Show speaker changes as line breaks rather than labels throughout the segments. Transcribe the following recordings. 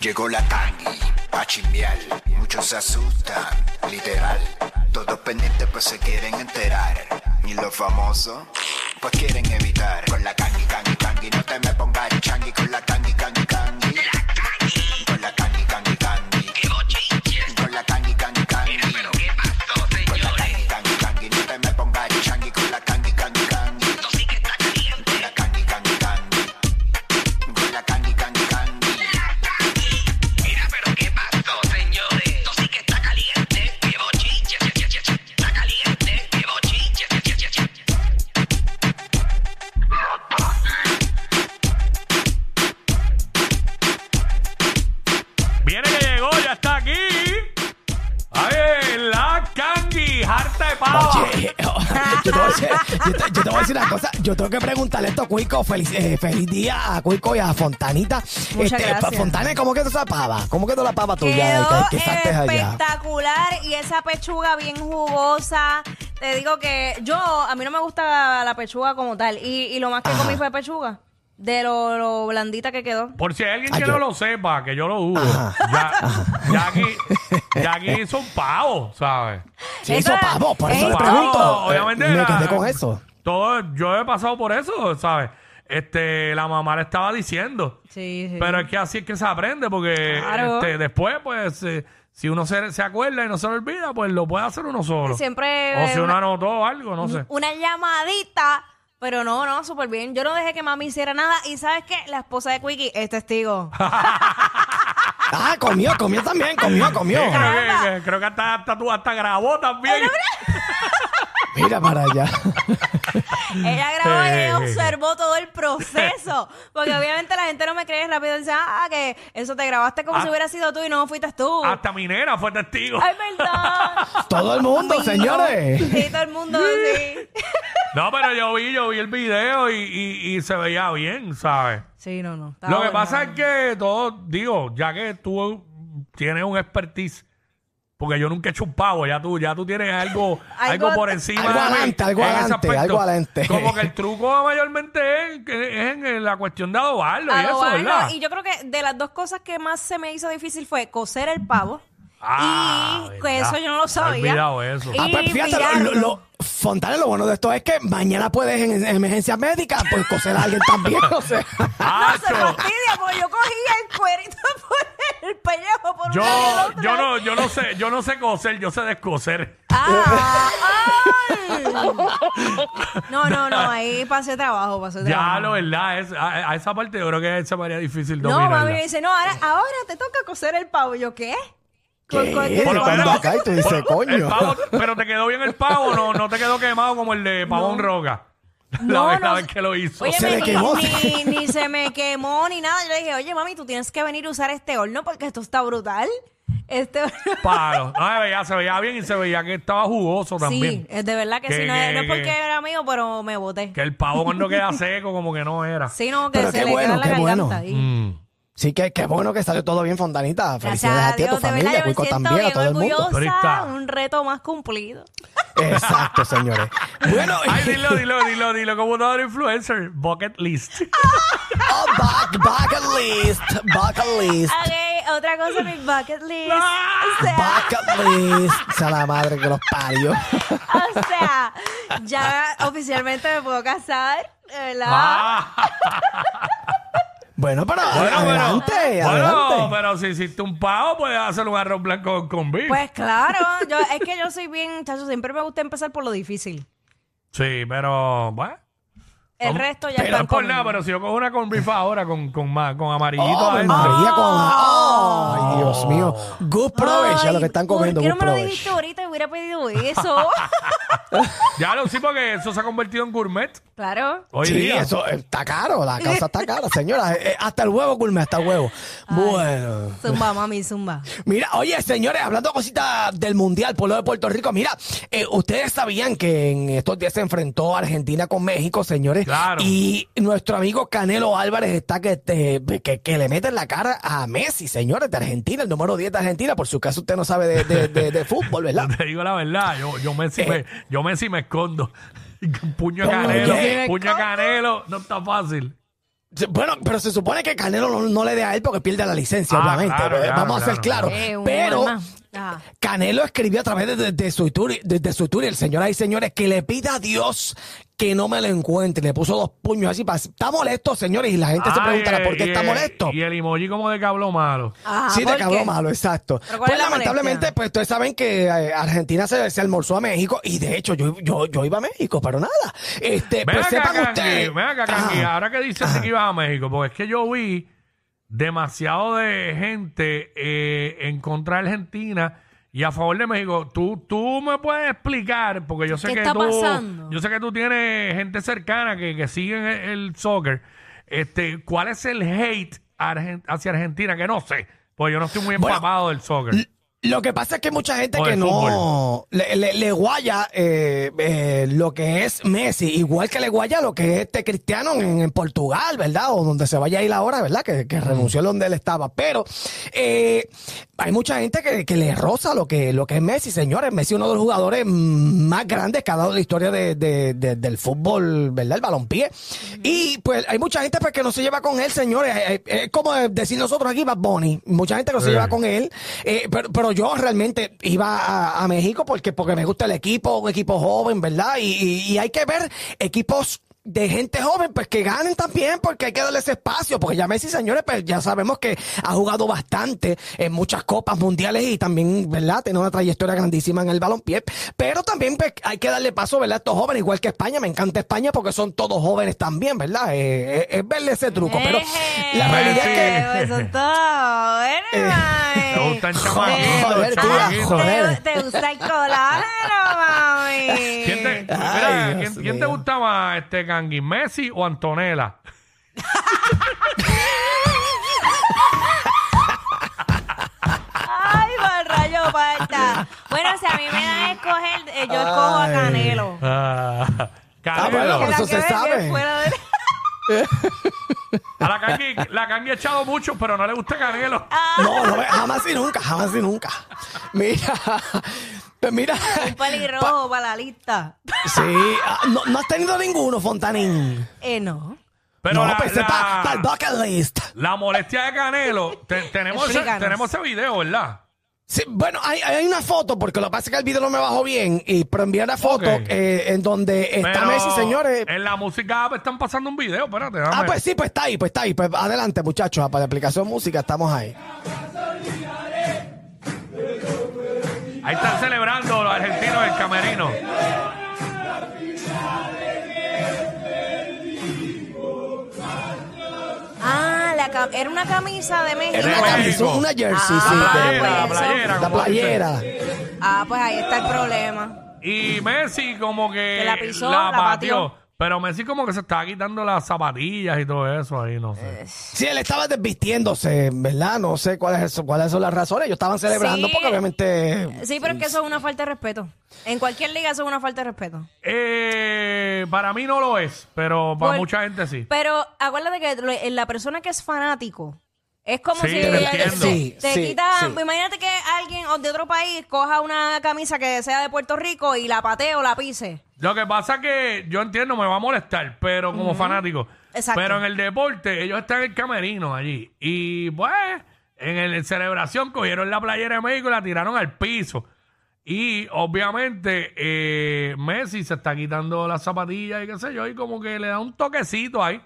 Llegó la tangi, pa' chimbiar, muchos se asustan, literal. Todos pendientes pues se quieren enterar, y los famosos pues quieren evitar. Con la tangi, tangi, tangi, no te me pongas changi, con la tangi, tangi, tangi. Con la tangi, tangi, tangi. Con la tangi, tangi, tangi. Con la tangi, tangi, tangi, no te me pongas changi, con la tangi, tangi, tangi. Con la tangi, tangi, tangi. Con la tangi, tangi, tangi.
Mira, pero qué pasó, señores. Esto sí que está caliente. Qué bochinche, che, che, che, che. Está caliente. Qué bochinche, che, che, che, che.
Viene que llegó, ya está aquí. A ver, la Candy, harta de pava.
Oye, yo, te voy a decir, yo te- yo te voy a decir una cosa. Yo tengo que preguntarle esto a Cuico. Feliz, eh, feliz día a Cuico y a Fontanita.
Muchas gracias.
pa- Fontane, ¿cómo que tú la pava? ¿Cómo que tú la pava tuya?
Quedó
Que, que saltes allá.
espectacular y esa pechuga bien jugosa. Te digo que yo, a mí no me gusta la pechuga como tal. Y, y lo más que
Ajá.
comí fue pechuga. De lo, lo blandita que quedó.
Por si hay alguien
Ay,
que
yo-
no lo sepa, que yo lo dudo. Ya, ya aquí, ya aquí son pavos, ¿sabes?
Sí, eso
Eso era-
pavo. Por eso
eso
le
era-
pregunto.
obviamente.
Eh, Me
la-
quedé con eso.
Todo, yo he pasado por eso, ¿sabes? Este, la mamá le estaba diciendo.
Sí, sí.
Pero es que así es que se aprende, porque
Claro.
este, después, pues, eh, si uno se, se acuerda y no se lo olvida, pues lo puede hacer uno solo.
Siempre,
O si uno
una-
anotó algo, no sé.
Una llamadita. Pero no, no, súper bien. Yo no dejé que mami hiciera nada. Y sabes qué? La esposa de Quickie es testigo.
Ah, comió, comió también. Comió, comió.
Sí, Eh, creo, que, que- creo que hasta, hasta tú hasta grabó también.
Mira para allá.
Ella grabó y ella
Sí.
observó todo el proceso. Porque obviamente la gente no me cree rápido. Dice, ah, que eso te grabaste como
Ah.
si hubiera sido tú y no fuiste tú.
Hasta Minera fue testigo.
Ay, verdad.
Todo el mundo, señores.
Sí, todo el mundo, sí.
No, pero yo vi, yo vi el video y, y- y se veía bien, ¿sabes?
Sí, no, no.
Lo que pasa es que todo, digo, ya que tú tienes un expertise, porque yo nunca he hecho un pavo, ya tú, ya tú tienes algo, algo,
Algo-
por encima
Algo
de mí
adelante, algo
en ese
adelante,
aspecto.
algo adelante.
Como que el truco mayormente es, que- es en la cuestión de adobarlo y eso, ¿verdad?
y yo creo que de las dos cosas que más se me hizo difícil fue coser el pavo.
Ah,
y
verdad.
que eso yo no lo sabía.
Me he olvidado ¿eh? eso.
Y
Ah, pues fíjate, lo- lo,
pillarlo.
lo- Fontane, lo bueno de esto es que mañana puedes en, en emergencia médica pues coser a alguien también. O sea.
No se
Acho.
fastidia, porque yo cogía el cuerito por el pellejo por un
Yo,
lado y el otro.
yo no, yo no sé, yo no sé coser, yo sé descoser.
Ah, ay. No, no, no, ahí pasé trabajo, pasé trabajo.
Ya, lo verdad, es, a, a esa parte yo creo que se me haría difícil
No,
dominarla.
mami me dice, no, ahora, ahora te toca coser el pavo. Y Yo, ¿qué?
¿Qué?
cualquier-
Por
lo
Cuando
menos-
acá y tú dices,
por-
coño.
el pavo- pero te quedó bien el pavo, no, no te quedó quemado como el de Pavón Roca. La,
No,
vez, la
no,
vez que lo hizo.
Oye,
Se
me-
le quemó.
Ni, ni se me quemó ni nada. Yo le dije, oye, mami, tú tienes que venir a usar este horno porque esto está brutal. Este horno.
Palo. No, se veía, se veía bien y se veía que estaba jugoso
Sí,
también.
es de verdad que,
Que-
sí. No, es- no es
que-
porque
que-
era mío, pero me boté.
Que el pavo cuando queda seco, como que no era.
Sí, no, que
Pero
se
qué
le
bueno,
queda la
qué bueno.
garganta ahí.
Mm.
Sí, que qué bueno que salió todo bien, Fontanita.
Gracias
Felicidades
a
a ti, a tu
Dios, de verdad,
familia,
yo me
Cuico
siento
también, a
bien
todo el mundo.
Pero ahí está.
orgullosa. Un reto más cumplido.
Exacto, señores. Bueno, eh,
Ay, dilo, dlo, dilo, dilo, como todo influencer. Bucket list.
oh, buck- bucket list, bucket list,
Ok, otra cosa, mi bucket list.
Ah,
O sea,
bucket list. O sea, la madre que los parió.
o sea, ya oficialmente me puedo casar, ¿verdad?
Ah.
Bueno, pero adelante,
bueno,
Eh, adelante.
bueno, pero si hiciste un pavo, puedes hacer un arroz blanco con, con beef.
Pues claro, yo, es que yo soy bien, chacho, siempre me gusta empezar por lo difícil.
sí, pero bueno.
El
Vamos.
resto ya
Pero
están
no es por
comiendo.
nada, pero si yo cojo una con beef ahora con, con, ma- con amarillito
Oh,
adentro.
María con la- Ay, Dios mío. Good provecho
Oh. Ay,
lo que están comiendo.
¿Por qué
Good
no me lo
provecho.
dijiste ahorita y hubiera pedido eso?
Ya lo sí, porque eso se ha convertido en gourmet
claro.
hoy
sí,
día.
eso eh, está caro, la casa está cara, señora. Eh, eh, hasta el huevo, culme, hasta el huevo. Bueno.
Zumba, mami, zumba.
Mira, oye, señores, hablando cositas del Mundial, pueblo de Puerto Rico, mira, eh, ustedes sabían que en estos días se enfrentó Argentina con México, señores.
Claro.
Y nuestro amigo Canelo Álvarez está que, te- que, que le mete en la cara a Messi, señores, de Argentina, el número 10 de Argentina, por su caso usted no sabe de, de- de- de fútbol, ¿verdad?
Te digo la verdad, yo, yo, Messi,
Eh.
me, yo Messi me escondo. Puño de
¿Cómo
canelo,
que?
puño de canelo, no está fácil.
Se- Bueno, pero se supone que Canelo no, no le dé a él porque pierde la licencia,
Ah,
obviamente.
claro,
Eh,
claro,
Vamos a ser
claro,
claros.
Eh, un
Pero
alma. Ah. Ajá.
Canelo escribió a través de, de- de su Twitter, de, de su Twitter, señoras y señores, que le pida a Dios que no me lo encuentre. Le puso dos puños así. Para, está molesto, señores, y la gente se
Ay,
preguntará por
eh,
qué
y
está
el-
molesto.
Y el emoji como de cablo malo.
Ajá,
Sí, te
Ah, ¿por
cabrón
qué?
malo, exacto.
¿Pero cuál
Pues
es la
lamentablemente,
molestia?
pues ustedes saben que eh, Argentina se, se almorzó a México y de hecho yo, yo, yo iba a México, pero nada.
Ven
Este, pues
acá,
sepan
Kangi,
ustedes. Ah.
ven acá,
Ajá.
Kangi, ahora que dices que ibas a México, porque es que yo vi demasiado de gente eh, en contra de Argentina y a favor de México. Tú, tú me puedes explicar, porque yo sé
¿Qué
que
está
tú,
pasando?
yo sé que tú tienes gente cercana que, que sigue el, el soccer. Este, ¿cuál es el hate argen- hacia Argentina? Que no sé, porque yo no estoy muy
Bueno,
empapado del soccer.
Lo que pasa es que hay mucha gente
O
que
del
no le, le- le guaya eh, eh, lo que es Messi, igual que le guaya lo que es este Cristiano en, en Portugal, ¿verdad? O donde se vaya a ir ahora, ¿verdad? Que, que renunció donde él estaba. Pero eh, hay mucha gente que, que le roza lo que, lo que es Messi, señores. Messi es uno de los jugadores más grandes que ha dado la historia de- de- de- del fútbol, ¿verdad? El balompié. Y pues hay mucha gente pues, que no se lleva con él, señores. Eh, eh, Es como decir nosotros aquí, Bad Bunny. Mucha gente que no se
Sí.
lleva con con él. eh, pero, pero yo realmente iba a, a México porque, porque me gusta el equipo, un equipo joven, ¿verdad? Y, y- y hay que ver equipos de gente joven, pues que ganen también, porque hay que darle ese espacio, porque ya Messi, señores, pues ya sabemos que ha jugado bastante en muchas copas mundiales y también, ¿verdad? Tiene una trayectoria grandísima en el balompié, pero también pues, hay que darle paso, ¿verdad? A estos jóvenes, igual que España, me encanta España porque son todos jóvenes también, ¿verdad? Eh, eh, es verle ese truco, pero la
Messi.
realidad es que...
Eso es todo,
Te gustan
¿verdad?
chamaquitos,
joder, tía,
chamaquitos.
joder.
Te gusta el colágeno, mami.
¿Quién te,
Ay,
mira,
Dios
¿quién- quién te
mío.
gustaba este Kangi? ¿Messi o Antonella?
Ay, por rayo falta. Bueno, si a mí me dan a escoger, eh, yo escojo a
Ay.
Canelo.
Ah,
bueno,
Canelo.
Eso se
ven bien
sabe.
fuera de-
A la Kangi, la Kangi ha echado mucho, pero no le gusta Canelo.
Ah.
No, no, jamás y nunca, jamás y nunca. Mira, pues mira.
Un pelirrojo para la lista.
Sí, ah, no, no has tenido ninguno, Fontanín.
Eh, no.
Pero
no,
la,
pues
la-
para el bucket list.
la molestia de Canelo, te- tenemos, ese,
Explícanos.
tenemos ese video, ¿verdad?
Sí, bueno, hay, hay una foto, porque lo que pasa es que el video no me bajó bien, y, pero envié una foto
Ok.
eh, en donde está
Pero
Messi, señores.
En la música app están pasando un video, espérate.
Ah,
dame.
pues sí, pues está ahí, pues está ahí. Pues adelante, muchachos, para la aplicación música estamos ahí.
Ahí están celebrando los argentinos el camerino.
Ah, la cam- era una camisa de México.
Era una
México.
camisa, una jersey,
Ah,
sí.
la
de-
playera, la
pues,
playera.
la
como dicen.
playera.
Ah, pues ahí está el problema.
Y Messi como que,
Que la pisó, la batió.
Pero Messi como que se estaba quitando las zapatillas y todo eso ahí, no sé.
Sí, él estaba desvistiéndose, ¿verdad? No sé cuáles son- cuáles son las razones. Ellos estaban celebrando
Sí.
porque obviamente...
Sí, pero es que eso es una falta de respeto. En cualquier liga eso es una falta de respeto.
Eh, para mí no lo es, pero para
Por-
mucha gente sí.
Pero acuérdate que lo- eh, la persona que es fanático es como
Sí,
si
te
eh,
entiendo.
Sí,
te
sí,
quita. pues
sí.
Imagínate que alguien o de otro país coja una camisa que sea de Puerto Rico y la patee o la pise.
Lo que pasa que yo entiendo, me va a molestar, pero como fanático.
Exacto.
Pero en el deporte, ellos están en el camerino allí. Y pues, en el- en celebración cogieron la playera de México y la tiraron al piso. Y obviamente eh, Messi se está quitando las zapatillas y qué sé yo, y como que le da un toquecito ahí.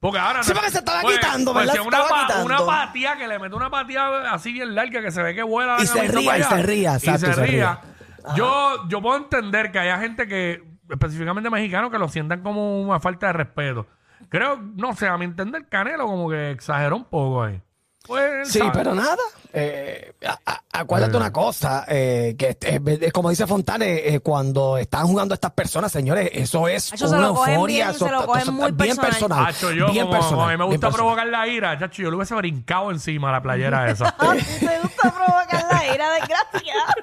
Porque ahora pues,
Sí, porque se estaba quitando, ¿verdad?
si
Se
una,
estaba
pa-
quitando.
una patía que le mete una patía así bien larga que se ve que vuela.
Y
la
se
camisa
ría,
para
y
allá.
se ría,
y
exacto,
se,
se
ría.
ría.
Yo, yo puedo entender que haya gente que, específicamente mexicanos, que lo sientan como una falta de respeto. Creo, no sé, a mi entender, Canelo como que exageró un poco ahí. Pues,
Sí,
¿sabes?
pero nada. eh, a- a- acuérdate una cosa, eh, que este- es ver- es como dice Fontanes, eh, cuando están jugando estas personas, señores, eso es
Hacho, se
una
lo cogen
euforia,
bien,
eso
se lo
está-
cogen
eso está
muy
bien
personal.
personal,
Hacho, yo,
bien
como- como
personal,
a mí me
bien
gusta
personal.
provocar la ira, chacho, yo le hubiese brincado encima a la playera esa.
Ah, te gusta provocar la ira, desgraciada.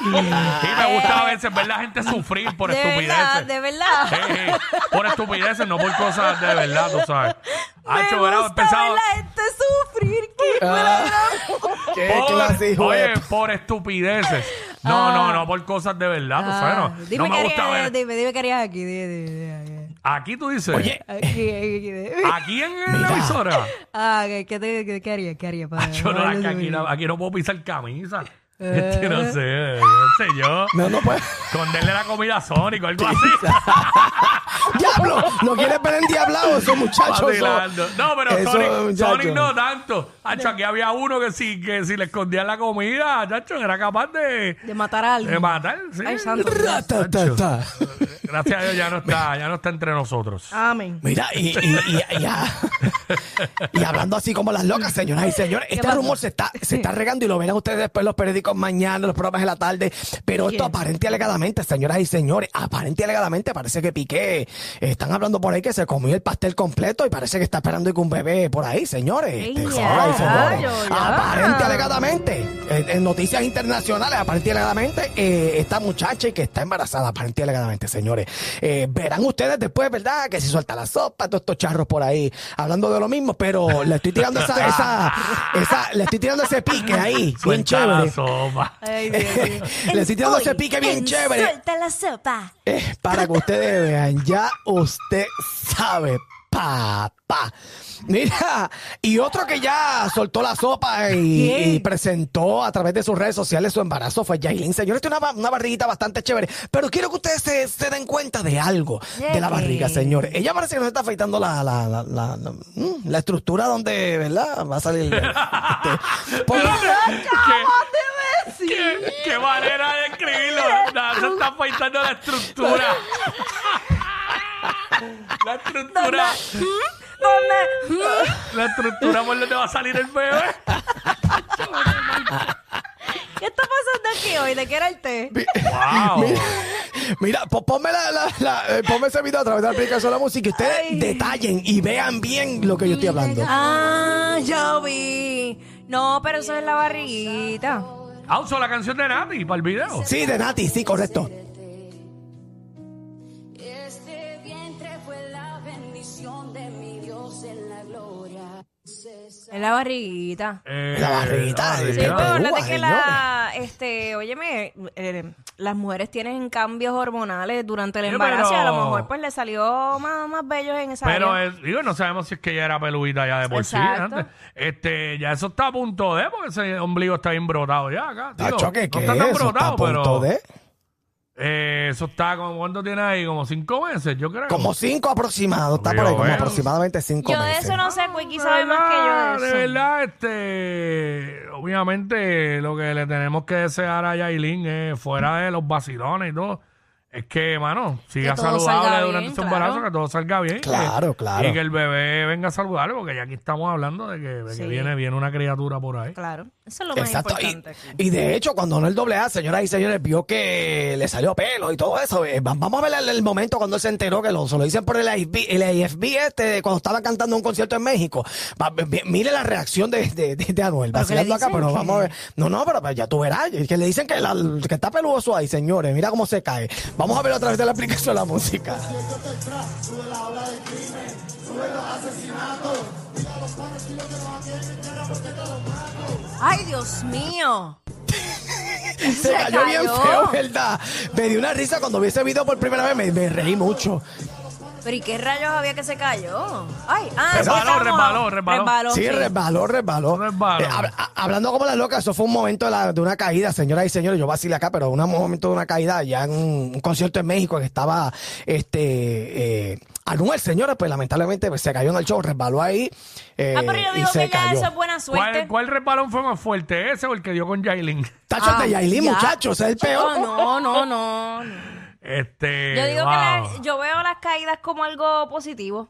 Y me gusta a veces ver la gente sufrir por
de verdad,
estupideces.
de verdad.
Sí, sí, por estupideces, no por cosas de verdad, tú sabes. Hacho,
Me
era
gusta
pensado-
ver la gente sufrir. que
Qué
por-
clase, hijo de
oye, por estupideces. No, no, no, por cosas de verdad, tú sabes. No, no
Ah. dime,
me
qué
gusta
harías,
ver.
dime, dime qué harías aquí. Dime, dime, dime,
Aquí tú dices,
Oye,
aquí, aquí, aquí.
aquí en la emisora.
Ah, ¿qué, qué, te- qué, qué harías? ¿Qué harías? Para,
Ah, Yo no,
para-
aquí, aquí no- aquí no puedo pisar camisa. Este, no
Eh.
sé, no sé yo.
No, no puede.
Esconderle la comida a Sonic o algo así.
¡Diablo! ¿Lo quieres ver endiablado esos muchachos?
Vacilando.
son-
No, pero
esos
Sonic,
muchachos.
Sonic no tanto. Hacho, aquí había uno que si, que si le escondían la comida, chacho, era capaz de,
De matar a alguien.
de matar. sí.
Ay, santo.
Ratatatá.
Gracias a Dios ya no está, ya no está entre nosotros.
Amén.
Mira, y, y, y- y- ah, y hablando así como las locas, señoras y señores, este
pasó?
rumor se está, se está regando y lo verán ustedes después en los periódicos mañana, en los programas de la tarde. Pero esto
¿Qué?
aparente y alegadamente, señoras y señores, aparente y alegadamente parece que Piqué eh, están hablando por ahí que se comió el pastel completo y parece que está esperando ir con un bebé por ahí, señores. Este,
Ey,
señoras y
ya,
señores.
rayos, ya.
Aparente y alegadamente, en, en noticias internacionales, aparente y alegadamente, eh, esta muchacha que está embarazada, aparente y alegadamente, señores. Eh, verán ustedes después, ¿verdad? Que si suelta la sopa, todos estos charros por ahí, hablando de lo mismo, pero le estoy tirando esa, esa, esa- le estoy tirando ese pique ahí, bien
Suelta la
chévere.
sopa.
Ay, Dios mío.
Le estoy tirando
Hoy,
ese pique bien
en
chévere.
Suelta la sopa.
Eh, para que ustedes vean, ya usted sabe, papá. Mira, y otro que ya soltó la sopa y,
¿Quién?
y presentó a través de sus redes sociales su embarazo fue Yailin. Señores, tiene una, ba- una barriguita bastante chévere, pero quiero que ustedes se, se den cuenta de algo de la barriga,
Yay.
señores. Ella parece que nos está afeitando la, la, la, la, la- mm, la estructura donde, ¿verdad? Va a salir. este, ponga-
¿Qué, qué, qué manera de escribirlo. Nada, se está afeitando la estructura. La estructura,
hmm? ¿Dónde? hmm?
la estructura por donde va a salir el ¿eh? bebé.
¿Qué está pasando aquí hoy? ¿De qué era el té?
Wow.
Mira, po- ponme, la, la- la- eh, ponme ese video a través de la aplicación de la música y ustedes
Ay.
detallen y vean bien lo que yo estoy hablando.
Ah, yo vi. No, pero eso es la barriguita.
Ah, usó la canción de Nati para el video.
Sí, de Nati, sí, correcto.
Este vientre fue la bendición de mi Dios en la gloria.
Es la barriguita.
Eh,
La barriguita,
la
eh,
Sí,
Qué
pero
pelúa,
acuérdate que la, este, óyeme, eh, las mujeres tienen cambios hormonales durante el
Sí,
embarazo y a
pero-
lo mejor pues le salió más, más bellos en esa
Pero
área.
es- digo, no sabemos si es que ella era peluita ya de por sí
Exacto.
antes. Este, ya eso está a punto de, porque ese ombligo está bien brotado ya acá. Digo,
Tacho, ¿qué,
no está
qué es
tan
eso? Está
brotado,
a
pero
punto de...
eh, eso está como cuánto tiene ahí, como cinco meses, yo creo.
Como cinco aproximados, está
Digo,
por ahí, como
bueno.
aproximadamente cinco
Yo de
meses.
eso no sé, Quickie
De
sabe más que
verdad,
yo de eso.
De verdad, este, obviamente lo que le tenemos que desear a Yailin es fuera de los vacilones y todo. Es que, mano, siga
todo
saludable
salga
durante
bien,
su embarazo,
claro.
que todo salga bien.
Claro,
que-
claro.
Y que el bebé venga saludable, porque ya aquí estamos hablando de que, de que
Sí.
viene, viene una criatura por ahí.
Claro, eso es lo más
Exacto. Y,
importante. aquí.
y de hecho, cuando no el doble A, señoras y señores, vio que le salió pelo y todo eso. eh, va- Vamos a ver el, el momento cuando él se enteró que lo, se lo dicen por el IFB, el IFB este, cuando estaba cantando un concierto en México. Va- ve- ve- mire la reacción de, de, de- de Anuel,
¿Pero qué le
vacilando acá,
dicen?
pero
¿Qué?
vamos a ver. No, no, pero pues, ya tú verás. Es que le dicen que, la- que está peluoso ahí, señores. Mira cómo se cae. Vamos a ver a través de la aplicación la música.
Ay, Dios mío.
Se cayó bien
cayó.
feo, ¿verdad? Me dio una risa cuando vi ese video por primera vez, me, me reí mucho.
Pero ¿y qué rayos había que se cayó? Ay, ah,
Resbaló,
empezamos.
resbaló, resbaló.
Sí, resbaló, resbaló.
Resbaló.
Eh, hab- a- hablando como la loca, eso fue un momento de, la- de una caída, señoras y señores. Yo vacilé acá, pero una- un momento de una caída ya en un, un concierto en México que estaba este eh, Anuel, señores, pues lamentablemente pues, se cayó en el show, resbaló ahí eh,
Ah, pero yo
y
digo
se
que ya
cayó.
eso es buena
¿Cuál,
suerte.
¿Cuál resbalón fue más fuerte, ese o el que dio con Jailin?
Tacho, el de Yailin,
Ah, ya.
muchachos, es el peor.
No, no, no, no.
Este,
Yo digo
wow.
que la- yo veo las caídas como algo positivo.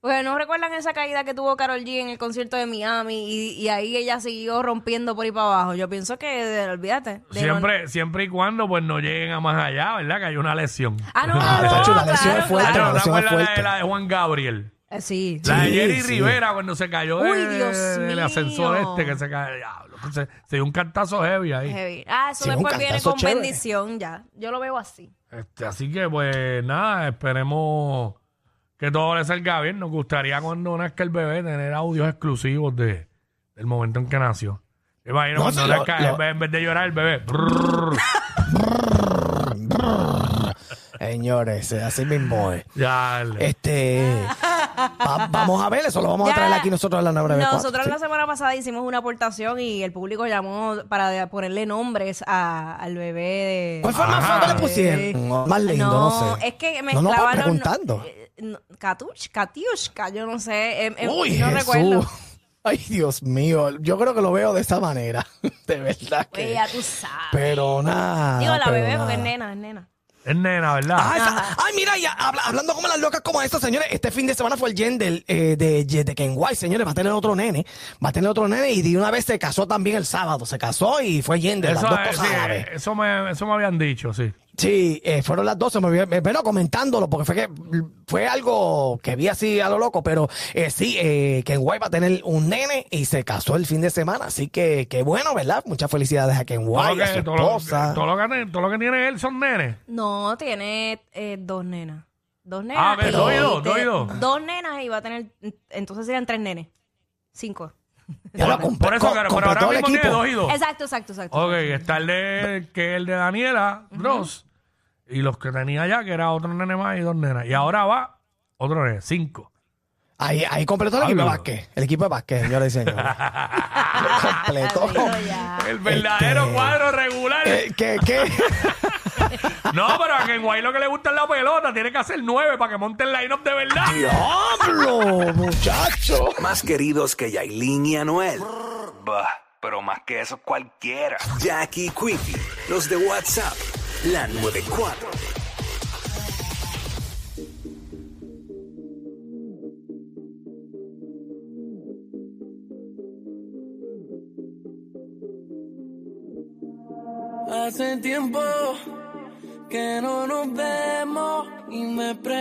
Porque no recuerdan esa caída que tuvo Carol G en el concierto de Miami y, y ahí ella siguió rompiendo por ahí para abajo. Yo pienso que, de- olvídate. de-
Siempre, siempre y cuando pues no lleguen a más allá, ¿verdad? Que hay una lesión.
Ah, no,
Ah,
no, no,
Tacho, la lesión
claro,
es fuerte,
claro.
Claro, ¿te
lesión
acuerdas
es
la de,
fuerte.
la de Juan Gabriel?
Eh, sí.
La de
Sí,
Jerry
sí.
Rivera cuando se cayó de-
Uy, Dios
del
mío.
ascensor este que se cayó. diablo, que se, se dio un cantazo heavy ahí.
Heavy. Ah, eso
Sí, es un
después viene
cantazo
con
chévere.
bendición ya. Yo lo veo así.
Este, así que, pues, nada, esperemos que todo le salga bien. Nos gustaría cuando nazca el bebé tener audios exclusivos de, del momento en que nació. Te imagino
No,
cuando
sí, lo-
nazca,
lo-
el bebé, en vez de llorar, el bebé. brrr.
Señores, eh, así mismo es.
ya, le-
Este, va- vamos a ver, eso lo vamos a
Ya,
traer aquí nosotros a la 994.
Nosotros
sí.
la semana pasada hicimos una aportación y el público llamó para de- ponerle nombres a- al bebé de...
¿Cuál fue el más feo que le
Eh,
pusieron? No, Más lindo, no, sé.
es que me
No, no,
clavaron...
pues, preguntando.
eh, no, Katush, Katiushka, yo no sé. eh, eh,
Uy,
no
Jesús.
recuerdo.
Ay, Dios mío. Yo creo que lo veo de esa manera. De verdad
Oye,
que.
Pues ya tú sabes.
Pero nada.
Digo la
pero
bebé porque es
nada.
nena, es nena.
es nena, ¿verdad?
Ah, esa- ay, mira, y habla- hablando como las locas como estas, señores, este fin de semana fue el gen del, eh, de, de Kenway, señores, va a tener otro nene, va a tener otro nene y de una vez se casó también el sábado, se casó y fue gen de las
eso,
dos
eh,
cosas
sí,
a la vez.
eso me, eso me habían dicho, sí.
Sí, eh, fueron las 12, me, olvidé- me- bueno, comentándolo, porque fue que fue algo que vi así a lo loco, pero eh, sí, eh, Ken White va a tener un nene y se casó el fin de semana, así que qué bueno, ¿verdad? Muchas felicidades a Ken
Todo,
White,
lo
a su
que, todo lo-
esposa.
todo lo que tiene- todo lo que tiene él son nenes.
No, tiene eh, dos nenas. Dos nenas.
Ah, pero dos y
y-
dos, dos y
te-
dos.
nenas y va a tener. Entonces serían tres nenes. Cinco.
Ya lo comp-
Por eso,
co-
claro, pero
completó
ahora
el
mismo tiene
equipo.
dos y dos.
Exacto, exacto, exacto.
Ok, está el de, que el de Daniela, dos. Y los que tenía ya, que era otro nene más y dos nenas. Y ahora va otro nene, cinco.
Ahí, ahí completó el
Ay,
equipo de
no.
básquet, el equipo de básquet, señores y señores. Lo completó.
Digo Ah, ya.
El verdadero
Este-
cuadro regular.
Eh, ¿Qué? qué?
No, pero a Ken Guay lo que le gusta es la pelota. Tiene que hacer nueve para que monte el line-up de verdad.
¡Diablo, muchacho!
Más queridos que Yailin y Anuel. Bah, pero más que eso cualquiera. Jackie Quickie, los de WhatsApp, la 94.
Hace tiempo que no nos vemos y me pregunto.